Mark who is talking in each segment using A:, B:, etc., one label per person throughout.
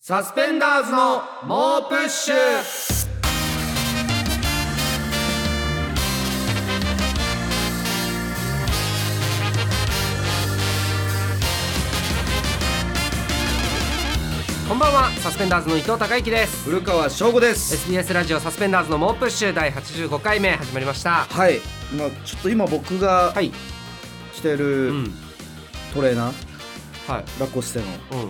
A: サスペンダーズの猛プッシュこんばんはサスペンダーズの伊藤孝之です
B: 古川翔吾です
A: SBS ラジオサスペンダーズの猛プッシュ第85回目始まりました
B: はい、まあ、ちょっと今僕が
A: はい
B: して
A: う
B: る
A: ん
B: トレーナー、
A: はい
B: ラコステの、
A: う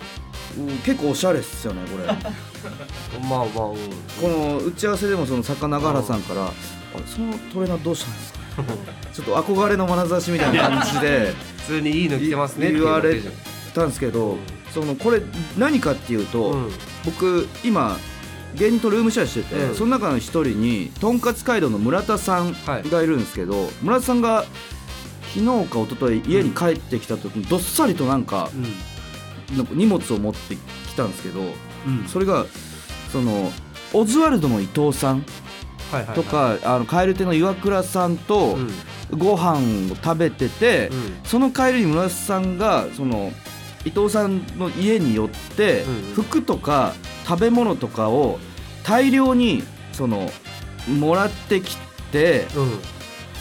B: うん結構おしゃれっすよね これ
A: んまあまあうん
B: この打ち合わせでもその坂永原さんから「あれそのトレーナーどうしたんですか? 」ちょっと憧れの眼差しみたいな感じ で
A: 普通にいいの着てますねってい
B: 言
A: う
B: わ
A: だ
B: れ
A: けじゃん
B: たんですけど、そのこれ何かっていうと、
A: うん
B: 僕今芸人とルームシェアしてて、
A: うん
B: その中の一人にとんかつ街道の村田さん
A: はい
B: がいるんですけど、村田さんが昨日か一昨日家に帰ってきた時にどっさりとなんか,、なんか荷物を持ってきたんですけど
A: うんうん
B: それがそのオズワルドの伊藤さん
A: はいはいはい
B: とか、あの蛙亭の岩倉さんと
A: うん
B: ご飯を食べてて、
A: うん
B: その帰りに村瀬さんがその伊藤さんの家に寄って、
A: うんうん
B: 服とか食べ物とかを大量にそのもらってきて、
A: うん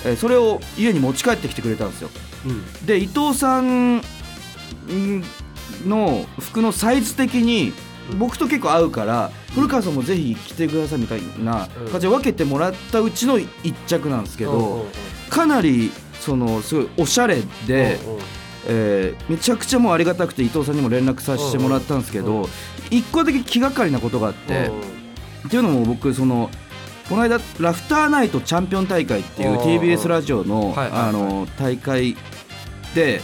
B: えーそれを家に持ち帰ってきてくれたんですよ
A: うん
B: で伊藤さんんの服のサイズ的に
A: うん
B: 僕と結構合うから、
A: ん
B: 古川さんもぜひ着てくださいみたいな
A: うん
B: 感じで分けてもらったうちの一着なんですけど、
A: うんうんうん
B: かなりそのすごいおしゃれで。
A: うんうん
B: えーめちゃくちゃもうありがたくて伊藤さんにも連絡させてもらったんですけ
A: うんう
B: ど一個だけ気がかりなことがあってっていうのも僕そのこの間ラフターナイトチャンピオン大会っていううん
A: うん
B: TBS ラジオの
A: はいはいはい
B: あの大会で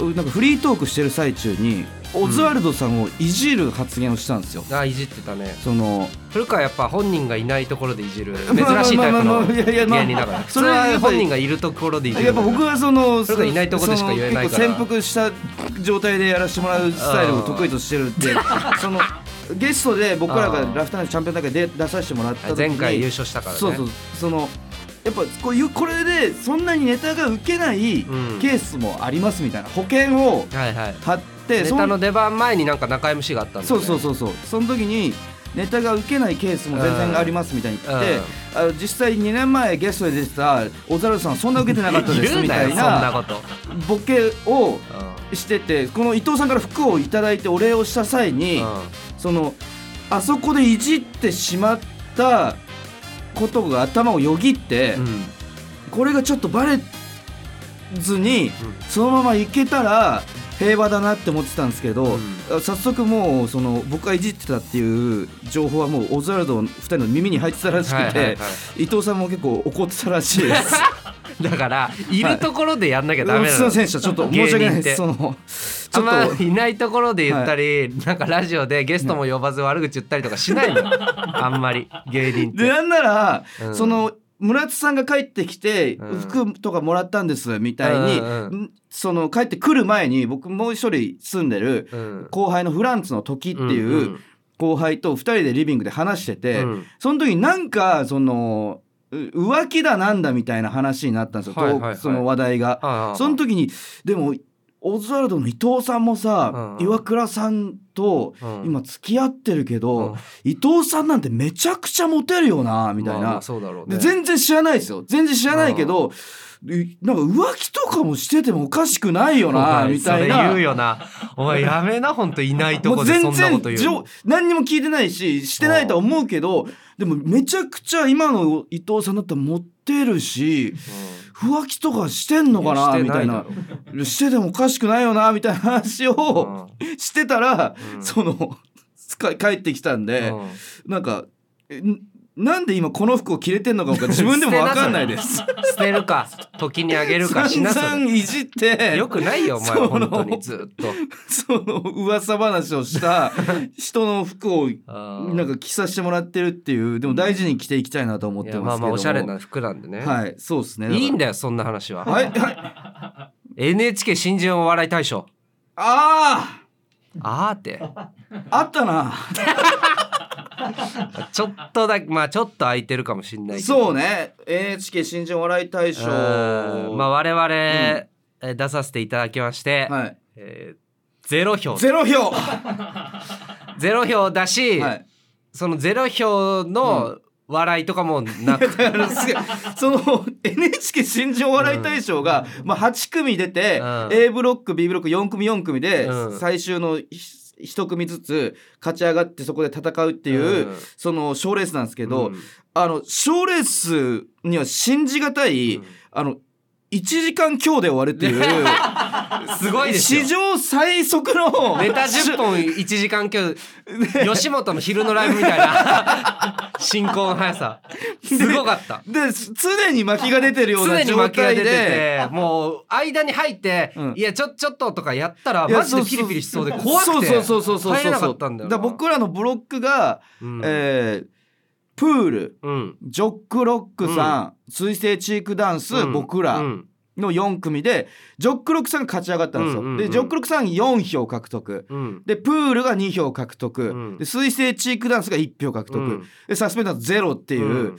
A: うん
B: なんかフリートークしてる最中にオズワルドさんをいじる発言をしたんですよ。
A: うんあいじってたね
B: その
A: 古川やっぱ本人がいないところでいじる珍しいタイプ
B: まあまあまあ
A: の
B: まあいやいやまあ
A: 芸人だから
B: それはやっぱ
A: 本
B: り
A: 人がいるところでいじる
B: やっぱ僕はその
A: それがいないとこでしか言えないから
B: その結構潜伏した状態でやらせてもらうスタイルを得意としてるってそのゲストで僕らがラフターナイトチャンピオン大会で出させてもらった時に
A: 前回優勝したからね
B: そうそうそのやっぱこういうこれでそんなにネタが受けない
A: うん
B: ケースもありますみたいな保険を
A: はいはい
B: 貼って
A: ネ
B: そ
A: タの
B: の
A: 出番前になんか中 MC があったんだよね
B: そうそうそうそうその時にネタが受けないケースも全然ありますみたいに言って
A: うん
B: あの実際2年前ゲストで出てた小猿さんそんな受けてなかったです
A: 言う
B: み
A: な
B: た
A: よ
B: い
A: そんな
B: な
A: こと
B: ボケを
A: うん
B: しててこの伊藤さんから服をいただいてお礼をした際に、そのあそこでいじってしまったことが頭をよぎって、
A: うんうん
B: これがちょっとバレずに、
A: ん
B: そのままいけたら平和だなって思ってたんですけど、
A: うん
B: あ早速もうその僕がいじってたっていう情報はもうオズワルド2人の耳に入ってたらしくて、
A: はいはいは
B: 伊藤さんも結構怒ってたらしい です。
A: だからいるところでやんな きゃダメな
B: すい
A: の
B: ませんでしたちょっと申し訳ないで
A: 芸人って
B: すそのちょっ
A: あ
B: と
A: んまいないところで言ったり、なんかラジオでゲストも呼ばず悪口言ったりとかしないの、 あんまり芸人って。
B: でなんなら、
A: うん
B: その村津さんが帰ってきて、
A: うん
B: 服とかもらったんですみたいに、
A: うんうん
B: んその帰ってくる前に僕もう一人住んでる
A: うん
B: 後輩のフランツの時ってい
A: ん
B: う後輩と2人でリビングで話してて、
A: うん
B: その時になんかそのう浮気だなんだみたいな話になったんですよ、
A: はいはいはい
B: とその話題が。
A: ああ
B: その時にでもオズワルドの伊藤さんもさ、
A: うんうん
B: 岩倉さんと
A: うん
B: 今付き合ってるけど、
A: うん
B: 伊藤さんなんてめちゃくちゃモテるよなみたいな、
A: まあまあそうだろうね
B: で全然知らないですよ全然知らないけど、いなんか浮気とかもしててもおかしくないよな
A: お前
B: みたい
A: それ
B: な
A: 言うよなお前やめなほんといないと
B: も
A: こ
B: う
A: でそ
B: 全
A: んな
B: 然
A: こと言う
B: 情何にも聞いてないししてないとは思うけどでもめちゃくちゃ今の伊藤さんだったらモテるし浮気とかしてんのかなみたいな。しててもおかしくないよなみたいな話をしてたら、
A: うん
B: そのつか帰ってきたんで、なんかえんなんで今この服を着れてんのか僕は自分でも分かんないです
A: す 捨てるか時にあげるかしな
B: 散
A: さ
B: 々いじって
A: よくないよお前
B: その
A: 本当にずっと
B: その噂話を した人の服を
A: な
B: なんか着させてもらってるっていうでも大事に着ていきたいなと思ってますけども
A: まあまあおしゃれな服なんでね、
B: はいそうですね
A: いいん
B: だ
A: だよそんな話は、
B: からはいはい
A: NHK 新人お笑い大賞
B: あ
A: あーって
B: ああったな
A: ちょっとだけまあちょっと空いてるかもしんないけど
B: そうね NHK 新人お笑い大賞
A: うんまあ我々、えー出させていただきまして、
B: はい
A: えーゼロ票
B: ゼロ票
A: ゼロ票だし、
B: はい
A: そのゼロ票の笑いとかもなく、
B: だからすげえ その NHK 新人お笑い大賞が、まあ、8組出て、
A: うん
B: A ブロック B ブロック4組4組で、
A: うん
B: 最終の1組ずつ勝ち上がってそこで戦うっていう、
A: うん
B: その賞ーレースなんですけど、
A: うん
B: あの賞ーレースには信じがたい、あの1時間強で終わるっていう。
A: すごいですよ
B: 史上最速の
A: ネタ10本1時間 今日吉本の昼のライブみたいな進行の速さすごかった
B: で常に巻きが出てるよう
A: 常
B: な
A: に
B: 状
A: 負けが
B: 態
A: 出て
B: で
A: てもう間に入って「
B: うん
A: いやちょちょっと」とかやったら
B: いや
A: マジで
B: そうそ
A: ピ
B: う
A: リピリしそうで怖くて
B: そうそうそうそうそう
A: 耐え
B: そう
A: なかったんだよ
B: だ
A: な
B: から僕らのブロックが、
A: うん
B: えープール
A: うん
B: ジョックロックさん、水星チークダンス、
A: うん
B: 僕ら
A: うん
B: の4組でジョックロックさんが勝ち上がったんですよ、
A: うんうんうん
B: でジョックロックさん4票獲得
A: うん
B: でプールが2票獲得、
A: うん
B: で水星チークダンスが1票獲得、
A: うん
B: でサスペンダーズゼロっていう、
A: うん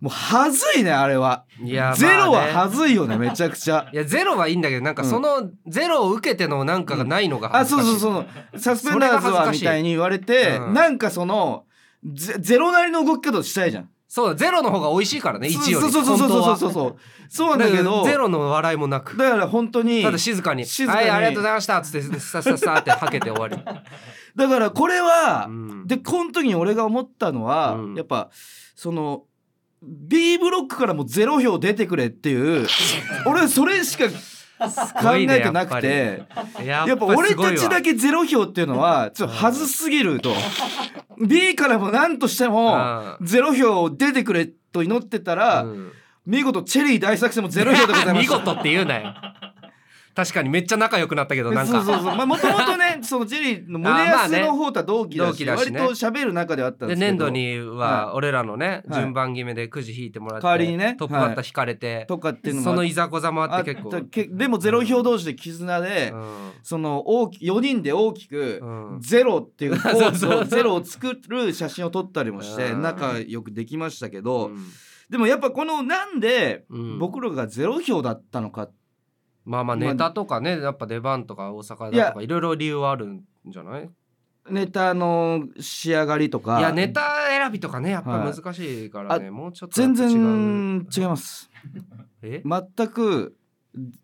B: もうはずいねあれは、
A: いや
B: ゼロは
A: まあ
B: は
A: ね
B: ずいよねめちゃくちゃ
A: いやゼロはいいんだけどなんか
B: うん
A: そのゼロを受けてのなんかがないのが
B: あ
A: 恥ず
B: そう
A: か
B: そうそ
A: しい
B: うサスペンダーズはみたいに言われて、
A: うん
B: なんかそのゼゼロなりの動き方したいじゃん。
A: そうだゼロの方が美味しいからね一より
B: そうそうそうそうそうそうそうそうなんだけど
A: ゼロの笑いもなく
B: だから本当に
A: ただ静かに
B: 静かに
A: はい、ありがとうございました」っつってさささってはけて終わり。
B: だからこれは、
A: うん
B: でこの時に俺が思ったのは、
A: うん
B: やっぱその B ブロックからもゼロ票出てくれって いう俺はそれしか考えてなくて。
A: や
B: やっぱ俺たちだ
A: け
B: けゼロ票っていうのはちょっとはずすぎると B からも何としても
A: う
B: ゼロ票出てくれと祈ってたら、見事チェリー大作戦もゼロ票でございま
A: 見
B: した
A: 事って言うなよ。 確かにめっちゃ仲良くなったけどなん
B: そう
A: か
B: そうそうまあもともとね そのチェリーの胸
A: あーまあ
B: 安
A: ね
B: の方とは同期だし,、
A: 同期だしね
B: 割と喋る中ではあったんで
A: です
B: けど
A: 年度に
B: は
A: は俺らのね
B: はい
A: 順番決めでくじ引いてもらって
B: 代わりにね
A: トップバッター引かれて
B: とかっていうのも
A: その
B: あ
A: いざこざもあ
B: あ
A: っ
B: って
A: 結構
B: た。けでもゼロ票同士で絆で、
A: うん
B: その大き4人で大きく
A: うん
B: ゼロっていうポーズ
A: そうそ
B: を
A: う
B: ゼロを作る写真を撮ったりもして
A: うん
B: 仲良くできましたけど、でもやっぱこのなんで
A: うん
B: 僕らがゼロ票だったのか
A: まあまあ
B: まあ
A: ネタとかねやっぱ出番とか大阪だとかいろいろ理由はあるんじゃない
B: ネタの仕上がりとか
A: いやネタ選びとかねやっぱ難しいからね、
B: あ
A: もうちょっと
B: 全
A: やっぱ
B: 然違います。
A: 違うえ
B: 全く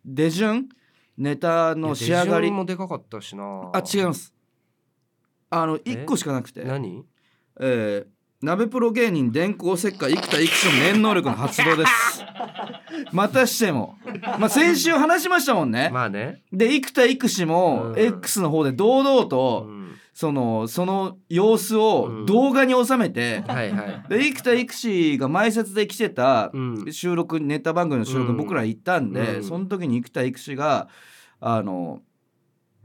B: 出順ネタの仕上が
A: 手
B: り
A: 順もでかかったしな
B: あ違いますあの
A: え
B: 1個しかなくて
A: 何
B: えー鍋プロ芸人電光石火生田育種の念能力の発動ですまたしてもまあ先週話しましたもんね
A: まあね、
B: で生田育種も
A: うん
B: X の方で堂々
A: う
B: と
A: ん、
B: そのその様子
A: う
B: を
A: ん
B: 動画に収めて
A: はいはい、
B: で生田育種が前説で来てた
A: うん、
B: 収録ネタ番組の収録、
A: うん
B: 僕ら行ったんで、
A: うん
B: その時に生田育志があの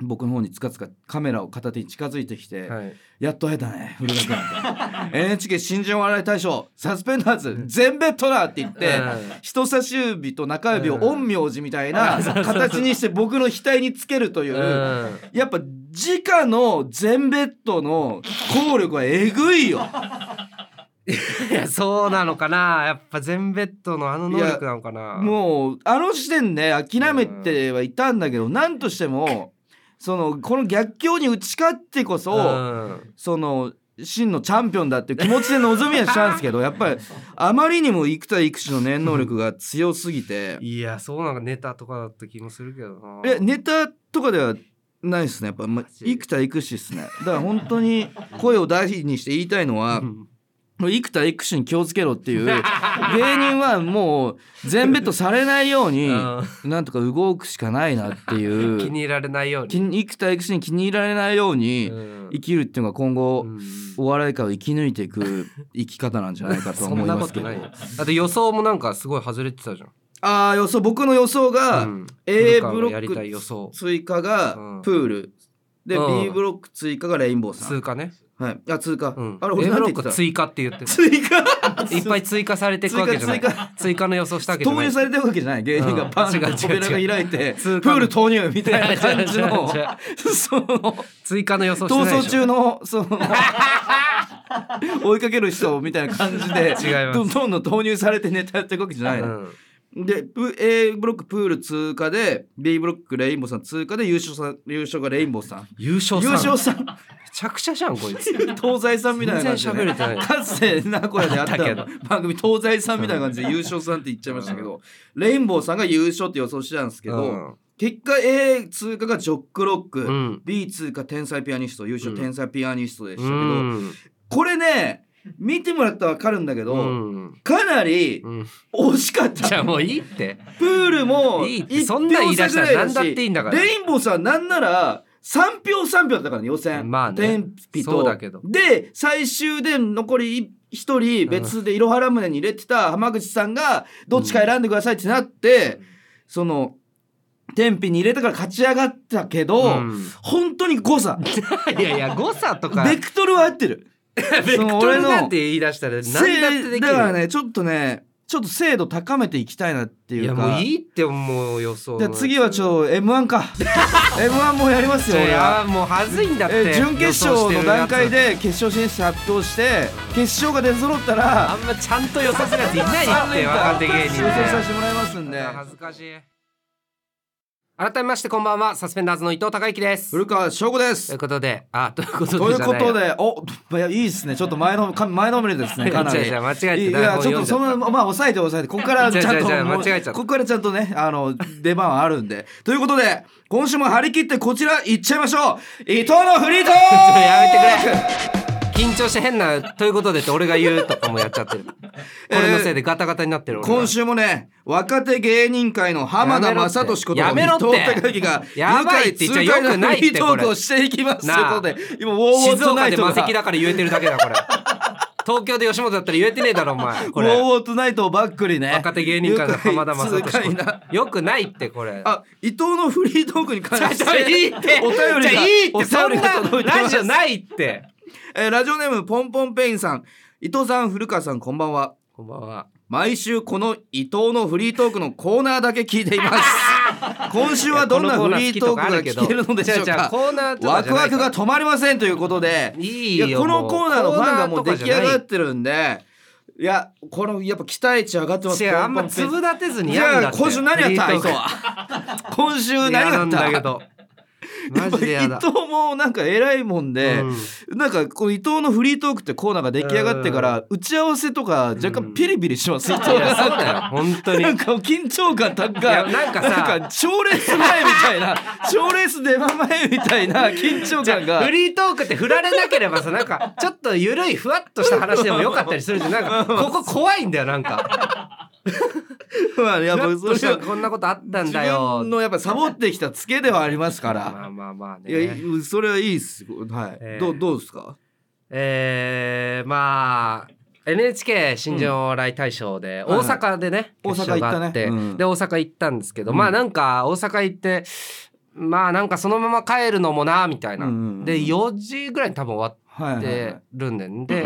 B: 僕の方につかつかカメラを片手に近づいてきて、
A: はい、、
B: やっと会えたね古田君 NHK 新人お笑い大賞サスペンダーズ全ベッドだって言って。人差し指と中指を陰陽師みたいな形にして僕の額につけるといううん
A: うん
B: やっぱ直の全ベッドの効力はえぐいよ
A: いや そうなのかなやっぱ全ベッドのあの能力なのかなう
B: もうあの時点で諦めてはいたんだけど何としてもそのこの逆境に打ち勝ってこそ、
A: うん
B: その真のチャンピオンだっていう気持ちで臨みはしたんですけ どやっぱりあまりにも生田育種の念能力が強すぎて
A: いやそうなんかネタとかだった気もするけどな
B: えネタとかではないですねやっぱ、ま、生田育種ですねだから本当に声を大にして言いたいのは
A: う。ん
B: 生田育種に気をつけろっていう芸人はもう全ベッドされないように
A: うん
B: なんとか動くしかないなっていう
A: 気に入られないよう
B: 気
A: に、
B: に生田育種に気に入られないように
A: うん
B: 生きるっていうのが今後、
A: うん
B: お笑い界を生き抜いていく生き方なんじゃないかと
A: そ
B: 思
A: ん
B: い
A: な
B: ま
A: こ
B: すけ
A: と
B: ど
A: ないよあと予想もなんかすごい外れてたじゃん
B: ああ予想僕の予想が、
A: うん
B: A
A: 古川が
B: ブロ
A: やりたい
B: ッ
A: 予想
B: ク追加が
A: うん
B: プール、で、
A: うん
B: B ブロック追加がレインボーさん、
A: 通過ね、
B: はい、あ通過、
A: うん、
B: あれ俺
A: A ブ
B: なん
A: ロ
B: て
A: ッ
B: 言っ
A: ク
B: てた
A: 追加って言って
B: 追加
A: いっぱい追加されていくわけじゃない
B: 追
A: 追
B: 加
A: 加の予想したわけじゃ
B: 投
A: ない
B: 入されてるわけじゃない芸人が
A: うん
B: パンと
A: 違う違う違う
B: 扉が開いてプ
A: 通過
B: ール投入みたいな感じ
A: 違う違う
B: の
A: 違
B: その
A: 追加の予想して
B: 逃
A: ないで
B: 走
A: しょ
B: 中のそ の追いかける人みたいな感じで
A: 違います
B: どんどんどん投入されてネタやっていくわけじゃないの、
A: うん
B: で、プ A ブロックプール通過で、B ブロックレインボーさん通過で、優勝さん、優勝がレインボーさん。
A: 優勝
B: 優
A: さん
B: 勝
A: め
B: さん、
A: ちゃくちゃじゃんこいつ
B: 東西さんみたいな感じで、
A: 全然喋れてない
B: かつて名古屋であった
A: あったけど
B: 番組、東西さんみたいな感じで優勝さんって言っちゃいましたけど、レインボーさんが優勝って予想してたんですけど、
A: うん
B: 結果 A 通過がジョックロック、
A: うん
B: B 通過天才ピアニスト優勝
A: うん
B: 天才ピアニストでした
A: う
B: けど、
A: ん
B: これね見てもらったら分かるんだけど、
A: うん
B: かなり
A: うん
B: 惜しかっ
A: じ
B: た
A: ゃあもういいって
B: プールも
A: いいって
B: 1
A: そんな
B: 票
A: ん言い出
B: 差
A: し
B: ぐ
A: た
B: らい
A: ら
B: だ
A: 何
B: し
A: だっていいんだから
B: レインボーさんなんなら3票3票だったからね予選、
A: まあね
B: 天日と
A: そうだけど
B: で最終で残り1人別でいろはラムネに入れてた浜口さんがどっちか選んでくださいってなって、その天日に入れたから勝ち上がったけど、
A: うん
B: 本当に誤差
A: いやいや誤差とか
B: ベクトルは合ってる
A: ベク
B: その
A: ト
B: 俺
A: ル
B: の
A: なんて言い出したら何だってできる
B: せいだからねちょっとねちょっと精度高めていきたいなってい
A: いうや
B: か
A: もういいってもう予想
B: じゃあ次はち
A: っ
B: ょっと M1 か M1 もやります
A: と
B: よ
A: い
B: 俺は
A: やもうはずいんだって、
B: え準決
A: 予想
B: 勝
A: して
B: の
A: るやつ
B: 段階で決勝進出発表して決勝が出揃ったら
A: あんまちゃんと予想するやついないって若手芸人
B: 優勝さ
A: で
B: せてもらいますんで
A: 恥ずかしい改めましてこんばんはサスペンダーズの伊藤孝之です
B: 古川翔吾で
A: とい
B: す
A: うことであということで
B: という
A: じゃ
B: こ
A: な
B: と
A: よ
B: でおいやいいですねちょっと前のか前のめりですね かなり
A: 違う違う間違えて
B: い
A: 台
B: や
A: 本
B: ちょっ
A: 読ん
B: と
A: じゃ
B: そ
A: っ
B: の
A: た
B: まあ抑えて抑えてここからちゃん
A: 違う
B: と
A: 違う違う
B: もう
A: 間違えちゃった
B: ここからちゃんとねあの出番はあるんでということで今週も張り切ってこちら行っちゃいましょう伊藤のフリートーク
A: ちょっとやめて緊張して変な「ということで」って俺が言うとかもやっちゃ ってるこれのせいでガタガタになってる俺が
B: 今週もね若手芸人界の浜田雅俊こと伊
A: や
B: 藤
A: めろって
B: 孝之が
A: やばいって言っちゃよくないって
B: 愉快痛快フリートークをしていきますということで
A: な
B: 今ウォーウォー
A: 静
B: トナ
A: 岡
B: イ
A: で
B: ト
A: 魔
B: が
A: 石だから言えてるだけ だこれ東京で吉本だったら言えてねえだろお前
B: ウ
A: こ
B: ォ
A: れ
B: ーウォートナイトをバックにね
A: 若手芸人界の浜田雅
B: 愉快痛快な
A: 俊 よくないってこれ
B: あ伊藤のフリートークに関
A: ち
B: し
A: ょっと
B: て
A: いいって
B: お便り
A: じ
B: が
A: ゃあいいってそ
B: お
A: ん
B: 便りが届
A: な
B: てます
A: いラジオないって
B: えーラジオネームポンポンペインさん伊藤さん古川さんこんばんは
A: こんばんは
B: 毎週この伊藤のフリートークのコーナーだけ聞いてい ます今週はどんなフリートークが聞けるのでしょう
A: じゃあ
B: か
A: コーナーとか
B: ワ
A: じ
B: ク
A: ゃな
B: ワ
A: いか
B: クが止まりませんということで
A: いい
B: い
A: よ
B: やこの
A: う
B: コーナーのファンがもう
A: コーナ
B: 出来
A: ーとかじゃ
B: 上
A: ない
B: がってるんでいやこのやっぱ期待値上がってます
A: 違うあんま
B: ポンポンペイン
A: 粒立てずに
B: じ
A: やん
B: ゃ
A: だ
B: あ
A: って
B: 今週何やった伊
A: フ
B: 藤
A: リートー
B: は今週何
A: ク
B: や
A: 嫌な
B: っ
A: ん
B: た
A: だけどマジで
B: や
A: や
B: っぱ
A: だ
B: 伊藤もなんか偉いもんで、
A: うん
B: なんかこの伊藤のフリートークってコーナーが出来上がってから打ち合わせとか若干ピリピリします、伊藤
A: いやそう
B: が
A: だよ本当に
B: なんか緊張感高い
A: いやなんかさ
B: なんか賞レース前みたい な賞レース出番前みたいな緊張
A: じゃ
B: 感が
A: あフリートークって振られなければさなんかちょっとゆるいふわっとした話でもよかったりするじゃんなんかここ怖いんだよなんか
B: まあや
A: ふ
B: っ
A: わ
B: ぱ
A: っ
B: それ
A: とした
B: は
A: こんなことあったん
B: 自
A: だよ
B: 分のやっぱサボってきたツケではありますから、
A: まあまあまあ
B: いや
A: ね
B: それはいいっすはい、
A: えー
B: どうどうですか
A: えー、まあ NHK 新人お笑い大賞で、
B: うんはい
A: 大
B: はい
A: 阪でね、
B: 大阪
A: 決勝があ
B: 行ったねうん
A: で大阪行ったんですけど、
B: うん
A: まあなんか大阪行ってまあなんかそのまま帰るのもなみたいな、
B: うんうんうん
A: で4時ぐらいに多分終わっ
B: はいはいはい
A: てるんでんで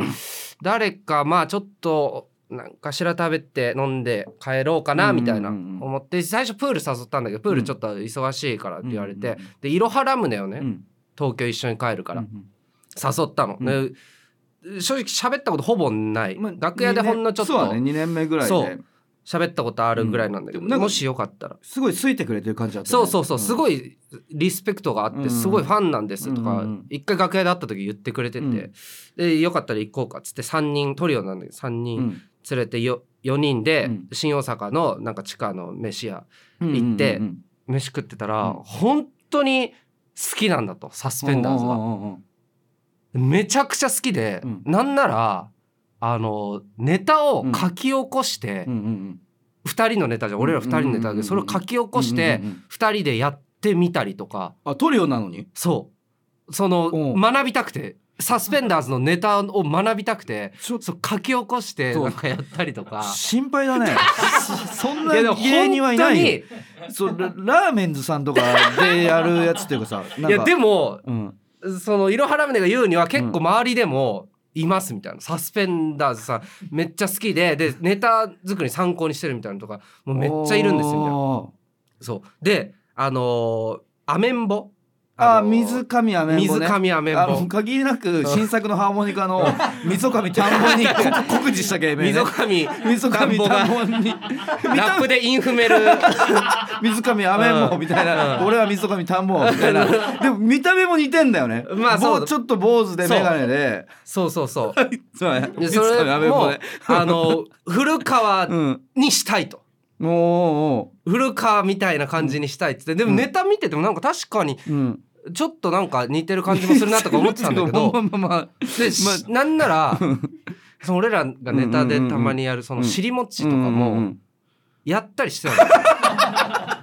A: 誰かまあちょっとなんかしら食べて飲んで帰ろうかなみたいな
B: うんうんうん
A: 思って最初プール誘ったんだけどプールちょっと忙しいからって言われ
B: うん
A: て
B: うんうん
A: でいろはラムネを
B: う
A: ね
B: ん
A: 東京一緒に帰るから
B: うんうん
A: 誘ったの。
B: う
A: で正直喋ったことほぼない、
B: まあ
A: 楽屋でほんのちょっと
B: そうだね2年目ぐらい
A: そ
B: で
A: う喋ったことあるぐらいなんだけど、
B: うんなんか
A: もしよかったら。
B: すごいついてくれてる感じだったね、
A: そうそうそうす
B: い
A: ごいリスペクトがあっ
B: う
A: て
B: ん
A: すごいファンなんですとか
B: うん
A: 一回楽屋で会った時言ってくれて
B: う
A: て
B: ん
A: でよかったら行こうかっつって3人トリオなんだけど3人連れてよ4人で
B: うん
A: 新大阪のなんか地下の飯屋
B: 行
A: 行って飯食ってたら
B: うん
A: 本当に好きなんだとサスペンダーズが。
B: ズ
A: めちゃくちゃ好きで
B: うん
A: なんならあのネタを書き起こして2人のネタじゃん俺ら2人のネタだけどそれを書き起こして2人でやってみたりとか。
B: あトリオなのに
A: そうその
B: うん
A: 学びたくてサスペンダーズのネタを学びたくて
B: ちょっと
A: そう書き起こして
B: そう
A: なんかやったりとか。
B: 心配だ ねそん
A: い
B: な
A: やでも
B: 芸人はいないよ
A: 本
B: そうララーメンズさんとかでやるやつっていうかさなん
A: 当
B: か
A: にいやでも
B: うん
A: そのいろはラムネが言うには結構周りでもいますみたいな、サスペンダーズさんめっちゃ好きででネタ作りに参考にしてるみたいなのとかもうめっちゃいるんですよみたいな
B: よ
A: そうであのーアメンボ
B: あ水上アメンボ、ね、
A: 水上アメンボ
B: あの限りなく新作のハーモニカの溝上田んぼ にこ告知したけ、
A: ね、溝上
B: 溝上田んぼに
A: ラップでインフメル
B: 水上アメンボみたいな、うん、俺は水上田んぼみたい なでも見た目も似てんだよね、まあ、そうちょっと坊主で眼鏡で
A: そうそうそうそうそれもあの古川にしたいと。うん
B: おーお
A: ー古川みたいな感じにしたいっつってでもネタ見ててもなんか確かに、ちょっとなんか似てる感じもするなとか思ってたんだけどまあまあ、で、まあ、なんな らその俺らがネタでたまにやるその尻餅とかもやったりしてたんだよ。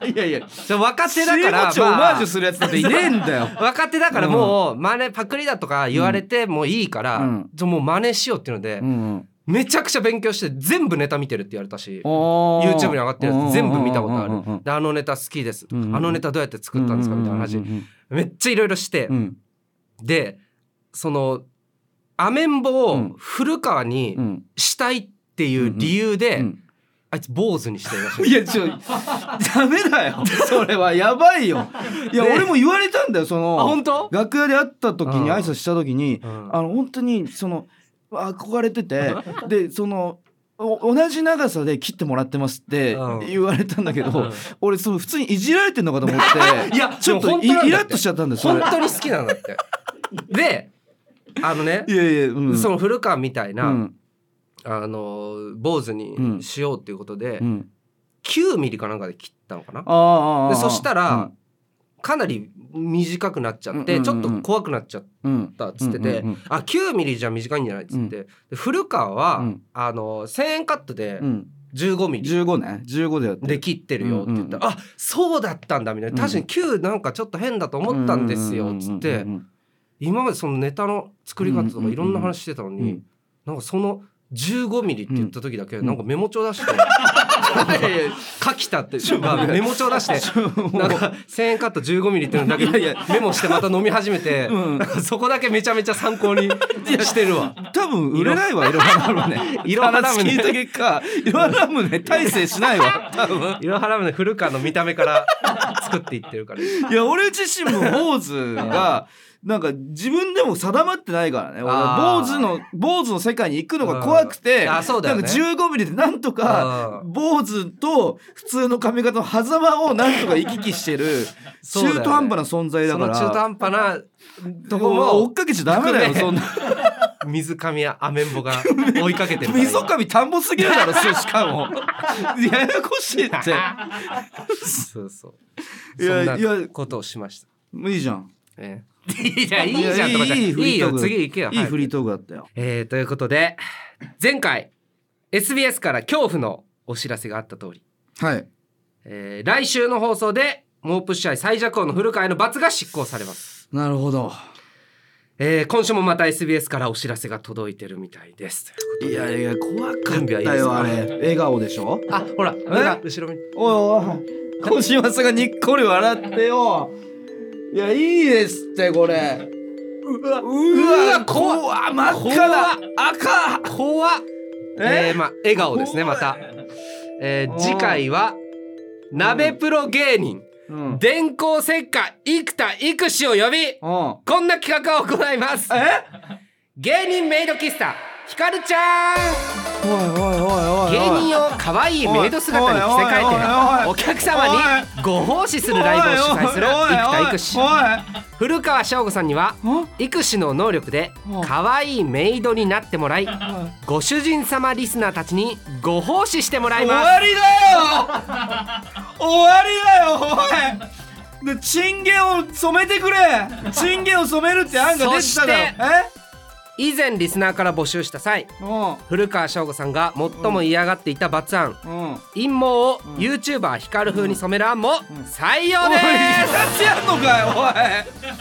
B: いやいや、
A: 若手だから、まあ、
B: オマージュするやつだっていねえんだよ。
A: 若手だからもう真似パクリだとか言われてもいいから、うん、もう真似しようっていうので。うんうんめちゃくちゃ勉強して全部ネタ見てるって言われたし YouTube に上がってるやつ全部見たことあるであのネタ好きですとか、うん、あのネタどうやって作ったんですかみたいな話、うん、めっちゃいろいろして、うん、でそのアメンボを古川にしたいっていう理由で、あいつ坊主にしてるらし
B: い。いや、ちょ、ダメだよ。それはやばいよ。いや、俺も言われたんだよ、その。
A: あ、本当
B: 楽屋で会った時に、挨拶した時に、あの、本当に、その、憧れて てでその同じ長さで切ってもらってますって言われたんだけど、うん、俺その普通にいじられてんのかと思って
A: いや
B: ちょっとイラッとしちゃったんです
A: 本当に好きなんだってであのね、
B: いやいや、うん
A: その古川みたいな、うん、あの坊主にしようっていうことで、うん、9ミリかなんかで切ったのかなでそしたら、かなり短くなっちゃって、ちょっと怖くなっちゃったっつってて、あ9ミリじゃ短いんじゃないっつって、古川は、あの1,000円カットで15ミリ、
B: うん、15ね15でや
A: で切ってるよって言ったら「うんうん、あそうだったんだ」みたいな「確かに9なんかちょっと変だと思ったんですよ」っつって今までそのネタの作り方とかいろんな話してたのに、うなんかその15ミリって言った時だけ、なんかメモ帳出して。 書きたって、まあ、メモ帳出して、なんか1000円カット15ミリっていうのだけメモしてまた飲み始めて、そこだけめちゃめちゃ参考にしてるわ。
B: 多分売れないわ、いろはラムネ。
A: いろはラムネ。
B: 聞いた結果、いろはラムネ大成しないわ、多分。
A: いろはラムネ古川の見た目から作っていってるから。
B: いや、俺自身も坊主 が、なんか自分でも定まってないからね。俺坊主の、坊主の世界に行くのが怖くて、うん、あそうだよ、ね、なんか15ミリでなんとか、坊主と普通の髪型の狭間をなんとか行き来して る、中途半端な存在だから。
A: ね、中途半端なとこ
B: も追っかけちゃダメだ よ、そんな。
A: 水上アメンボ が追いかけてる。
B: 水上田んぼすぎるだろ、しかも。 ややこしいって。
A: そうそう。いや、いや、ことをしました。
B: いいじゃん。
A: ええいや、いいじゃんとかじゃいいよ、次行けよ。
B: いいフリートークだったよ。
A: えー、ということで、前回、SBS から恐怖のお知らせがあった通り。
B: はい。
A: えー、来週の放送で、モープッシャイ最弱王の古川への罰が執行されます。
B: なるほど。
A: えー、今週もまた SBS からお知らせが届いてるみたいです。
B: いやいや、怖かったよ、あれ。笑顔でしょ
A: あ、ほら、後ろ見
B: おいおい、小島さんがにっこり笑ってよ。いや、いいですって、これ。
A: うわ、うわ、
B: 怖っ真っ赤だ
A: 赤怖っええー、まあ、笑顔ですね、また。えー、次回は、鍋プロ芸人、うん、電光石火、生田育志を呼び、こんな企画を行います。
B: え
A: 芸人メイド喫茶、ひかるちゃん
B: おいおいおいおい
A: 芸人を可愛いメイド姿に着せ替えてお客様にご奉仕するライブを主催する生田育志古川翔吾さんには育志の能力で可愛いメイドになってもらいご主人様リスナーたちにご奉仕してもらいます
B: 終わりだよ終わりだよおいでチンゲを染めてくれチンゲを染めるって案が出てたんだよえ
A: 以前リスナーから募集した際古川翔吾さんが最も嫌がっていた罰案、陰謀を YouTuber 光風に染める案も採用で
B: 2
A: す、
B: つやんのかいおい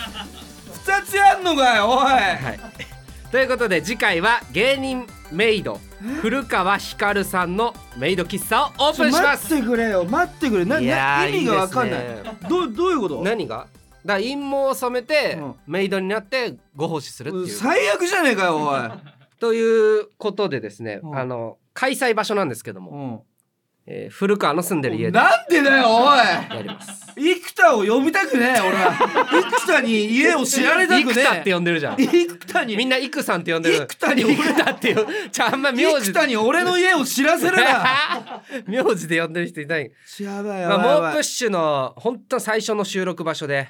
B: 2つやんのかいおい、はい
A: ということで次回は芸人メイド古川光さんのメイド喫茶をオープンします
B: 待ってくれよ待ってくれなな意味が分かんないいい、ね、どどういうこと
A: 何がだ陰謀を染めて、メイドになってご奉仕するっていう
B: 最悪じゃねえかよおい
A: ということでですね、あの開催場所なんですけども、うん、えー、古川の住んでる
B: で
A: 家
B: なんでだよおい
A: やります
B: 生田を呼びたくねえ俺は生田に家を知られたくねえ
A: 生田って呼んでるじゃん
B: 生田に
A: みんな生さんって呼んでる
B: 生田に俺
A: 生田って呼んじゃああんま名字
B: 生田に俺の家を知らせ るな
A: 名字で呼んでる人いない
B: やばいや
A: ま
B: ば
A: あ
B: い
A: 猛
B: やばい
A: プッシュの本当最初の収録場所で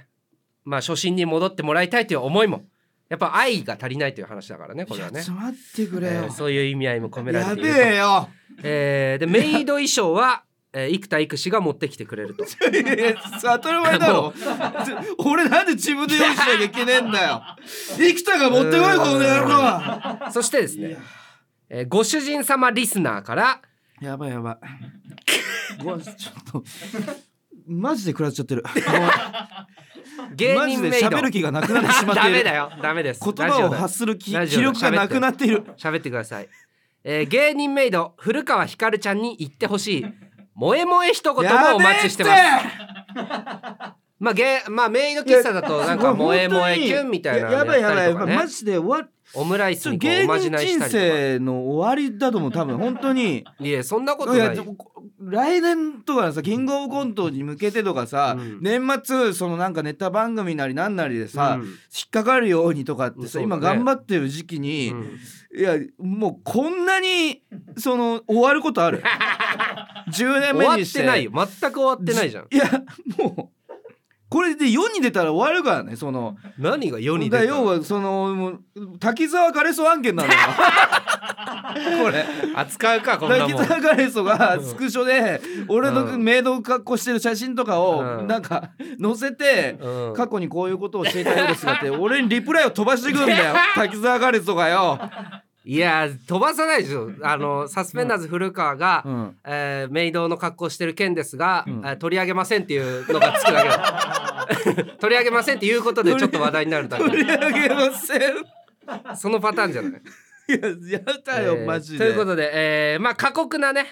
A: まあ初心に戻ってもらいたいという思いもやっぱ愛が足りないという話だからねこれはい
B: や
A: ね
B: ちょっと待ってくれよ
A: えーそういう意味合いも込めら
B: や
A: れてい
B: べ
A: る
B: えよ
A: えーでメイド衣装は、えー、生田育志が持ってきてくれ ると
B: え当たり前だろ俺なんで自分で用意しなきゃいけねえんだよ生田が持ってこいこの野郎は
A: そしてですね、えーご主人様リスナーから
B: やばいやばいごめんちょっとマジで食らっちゃって る
A: 芸
B: マジ
A: 人
B: で
A: メイド
B: 喋る気がなくなってしまって
A: ダ
B: いる
A: メだよダメです
B: 言
A: ラジ
B: 葉
A: オ
B: を
A: だ
B: 発する気
A: ラジオ
B: 気
A: だ
B: 力がなくなっている
A: 喋ってください、えー芸人メイド古川ひかるちゃんに言ってほしい萌え萌え一言もお待ちしてます
B: やべえって
A: まあ芸まあメイド喫茶だとなんか萌え萌えキュンみたいなの
B: やばいやばい
A: や
B: や
A: ったりと
B: ば
A: か
B: い
A: ね
B: マジで終わ
A: オムライス
B: ちょ
A: にこう
B: 芸
A: おまじ
B: 人
A: ないし
B: 人
A: たりと
B: 生の終わりだと思う多分本当に
A: かいやそんなこと
B: い
A: な
B: や
A: い
B: でもこ来年とかさキングオブコントに向けてとかさ、
A: うん
B: 年末そのなんかネタ番組なりなんなりでさ、
A: うん
B: 引っかかるようにとかってさ、
A: そうだ
B: 今
A: ね
B: 頑張ってる時期に、
A: うん
B: いやもうこんなにその終わることある10年
A: 終わ
B: 目
A: っ
B: にして
A: てないよ全く終わってないじゃん
B: いやもうこれで世に出たら終わるからねその
A: 何が世に
B: だ
A: 出
B: 要はそのもう滝沢カレソ案件 なんだよこれ。
A: 扱うかこんな
B: 滝
A: もん
B: 沢カレソがスクショで俺のメイド格好してる写真とか
A: う
B: を
A: ん
B: なんか載せて
A: うん
B: 過去にこういうことをしていたようですがって俺にリプライを飛ばしてくんだ よ滝沢カレソがよ、
A: いや飛ばさないでしょあのサスペンダーズ古川が、
B: うん
A: えーメイドの格好してる件ですが、
B: ん
A: えー取り上げませんっていうのがつ くだけだ取り上げませんっていうことでちょっと話題になるだ
B: 取り
A: け
B: 上げませんい
A: そのパターンじゃない、
B: ややだよ、
A: えー
B: マジで
A: ということで、えーまあ過酷なね、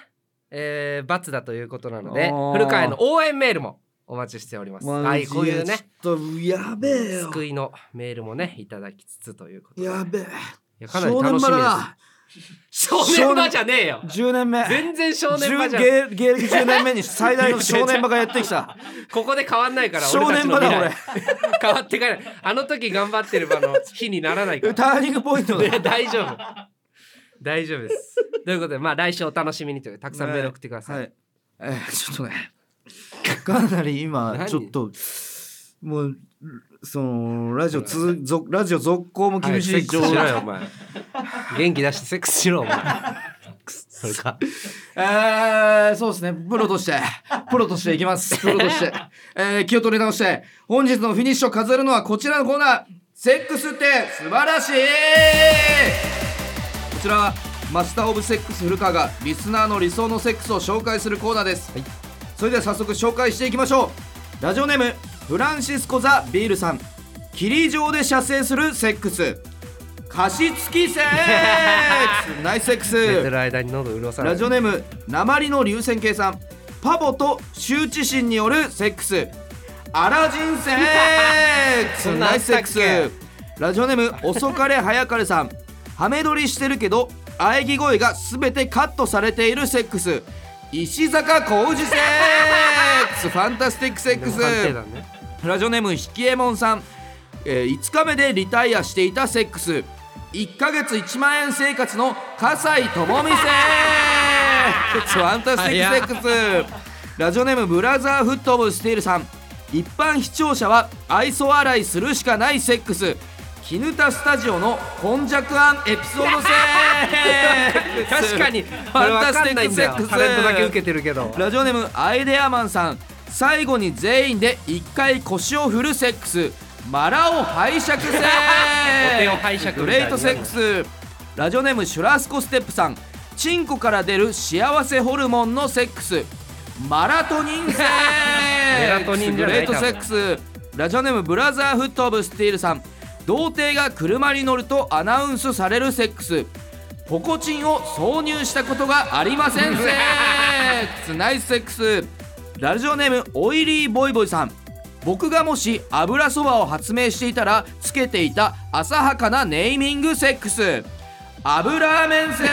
A: えー罰だということなので
B: おー
A: 古川への応援メールもお待ちしております
B: マジ
A: はいこういうね
B: ちょっとやべえよ
A: 救いのメールもねいただきつつということで
B: やべえ
A: いやかなり
B: 正
A: 楽
B: 念
A: しみ
B: 場
A: で
B: だ
A: す
B: な
A: 少年場じゃねえよ
B: 10年目
A: 全然少年場じゃん
B: 10芸芸歴10年目に最大の正念場がやってきた
A: ここで変わんないから
B: 少年場だ
A: 俺たちの未来変わってかないあの時頑張ってればの日にならないか
B: ターニングポイント
A: らい
B: だ
A: や大丈夫大丈夫ですということでまあ来週お楽しみにというたくさんメール送ってください、
B: はい。えーちょっとね、かなり今、
A: 何
B: ちょっと、もう、その、ラジオ続、続ラジオ続行も
A: はい
B: 厳し
A: セ
B: い
A: ック
B: 状
A: スしろ
B: 態。
A: よお前 元気出してセックスしろお前それか
B: えーそうですね、プロとして、プロとしていきます。 プロとして、えー気を取り直して、本日のフィニッシュを飾るのはこちらのコーナー、セックスって素晴らしいこちらは、マスター・オブ・セックス古川がリスナーの理想のセックスを紹介するコーナーです。
A: はい
B: それでは早速紹介していきましょうラジオネームフランシスコ・ザ・ビールさん霧状で射精するセックス加湿器セックスナイスセック
A: 寝て
B: ス
A: る間に喉潤さない
B: ラジオネーム鉛の流線形さんパボと羞恥心によるセックスアラジンセック
A: そ
B: ス
A: んな
B: ナ
A: あ
B: イ
A: っ
B: スセ
A: た
B: ッ
A: っ
B: クス
A: け
B: ラジオネーム遅かれ早かれさんハメ撮りしてるけど喘ぎ声が全てカットされているセックス石坂浩二セック スファンタスティックセック
A: でも鑑定団
B: ス
A: ね
B: ラジオネームひきえもんさん、えー5日目でリタイアしていたセックス1ヶ月1万円生活の笠井智美セックスファンタスティックセックスラジオネームブラザーフットオブスティールさん一般視聴者は愛想笑いするしかないセックス絹田スタジオのこんじゃくあんエピソードセックス
A: 確か に
B: フ
A: これ
B: ァン
A: わ
B: タス
A: か
B: ティッ
A: んない
B: ク
A: ん
B: セ
A: だ
B: ッ
A: よ
B: クス
A: タレントだけ受けてるけど
B: ラジオネームアイデアマンさん最後に全員で一回腰を振るセックスマラを拝借せ
A: お手を拝借みたいな
B: グレートセックスラジオネームシュラスコステップさんチンコから出る幸せホルモンのセックスマラトニンセックス
A: メラトニンじ
B: グ
A: ゃな
B: レ
A: い
B: ー
A: か
B: ト
A: ら
B: セックスラジオネームブラザーフットオブスティールさん童貞が車に乗るとアナウンスされるセックスポコチンを挿入したことがありませんセック スナイスセックスラジオネームオイリーボイボイさん僕がもし油そばを発明していたらつけていた浅はかなネーミングセックス油ラーメンセッ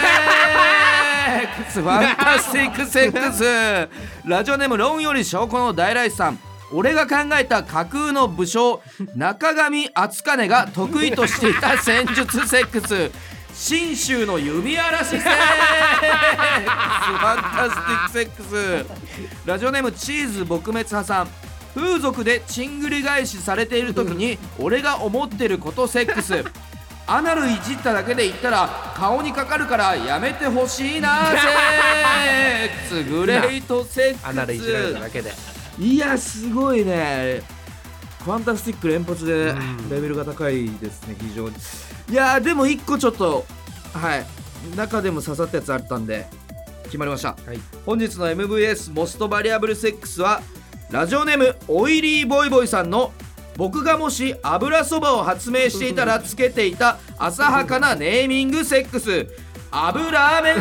B: クスファンタスティックセックスラジオネームロンより証拠の大来さん俺が考えた架空の武将中上厚金が得意としていた戦術セックス信州の指嵐セックスファンタスティックセックスラジオネームチーズ撲滅派さん風俗でチングリ返しされている時に俺が思ってることセックスアナルいじっただけで言ったら顔にかかるからやめてほしいなセックスグレートセックス
A: アナルいじられただけで
B: いやすごいねファンタスティック連発でレベルが高いですね非常にいやでも一個ちょっとはい中でも刺さったやつあったんで決まりました、はい、本日の MVS モストバリアブルセックスはラジオネームオイリーボイボイさんの僕がもし油そばを発明していたらつけていた浅はかなネーミングセックス油ラーメン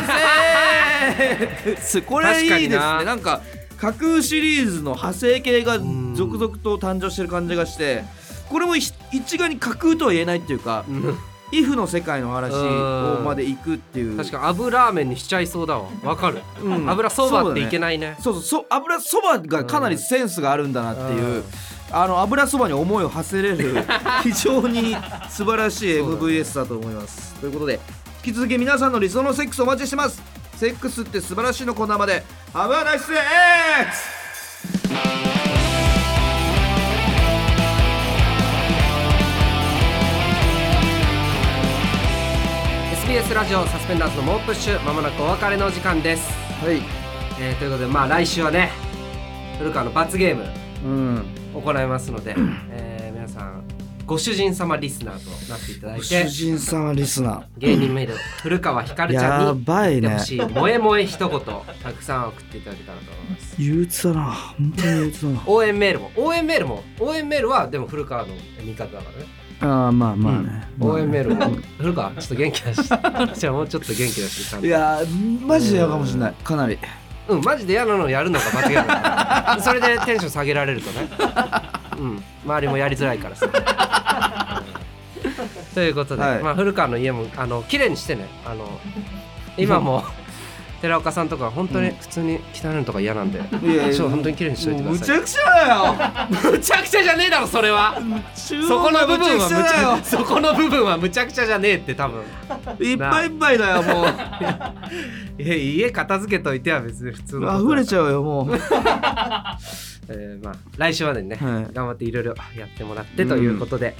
B: セックスこれいいですねなんか架空シリーズの派生系が続々と誕生してる感じがしてこれも一概に架空とは言えないっていうか、うん、イフの世界の話まで行くっていう
A: 確か油ラーメンにしちゃいそうだわわかる、うん、油そばっていけないね
B: そう、ね、そうそう油そばがかなりセンスがあるんだなっていう、あの油そばに思いを馳せれる 非常に素晴らしい MVS だと思います、ね、ということで引き続き皆さんの理想のセックスお待ちしてますセックスって素晴らしいのコーナーまでハブアナイスエックス
A: ラジオサスペンダーズの猛プッシュまもなくお別れの時間です
B: はい、
A: えー、ということでまあ来週はね古川の罰ゲーム、うん、行いますので、えー、皆さんご主人様リスナーとなっていただいて
B: 主人様リスナー
A: 芸人メイド古川ひかるちゃんに
B: や
A: ってほしい萌え萌え一言たくさん送っていただけたらと思い ます
B: 憂鬱だな本当に憂鬱だな
A: 応援メールも応援メールも応援メールはでも古川の味方だからね
B: ああまあまあね、
A: うん、応援メールも 古川ちょっと元気出して じゃあもうちょっと元気出して
B: いやマジで嫌かもしれないかなり。
A: うんマジで嫌なのやるのが間違い ないそれでテンション下げられるとねうん周りもやりづらいからさということで、はい、まあ、古川の家もあの綺麗にしてねあの今も寺岡さんとか本当に普通に汚いのとか嫌なんで、うん、いやいや本当に綺麗にしといてくだ
B: さいむちゃくち ゃ
A: だよむちゃくちゃじゃねえだろそれはそこの部分はむちゃそこの部分はむちゃくちゃじゃねえって多分
B: いっぱいいっぱいだよもう
A: いや家片付けといては別に普通の
B: 溢れちゃうよもう
A: えー、まあ来週までにね、はい、頑張っていろいろやってもらってということで、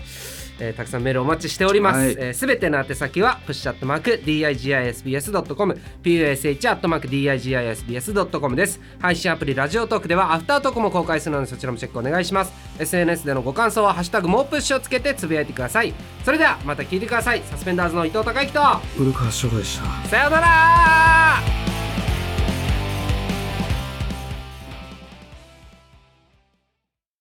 A: うん、えー、たくさんメールお待ちしております。す、はい、べ、えー、ての宛先は、プッシュアットマーク、digisbs.com、push アットマーク、digisbs.com です。配信アプリ、ラジオトークでは、アフタートークも公開するので、そちらもチェックお願いします。SNS でのご感想は、ハッシュタグ、もうプッシュをつけてつぶやいてください。それでは、また聞いてください。サスペンダーズの伊藤孝之と、
B: 古川翔でした。
A: さようなら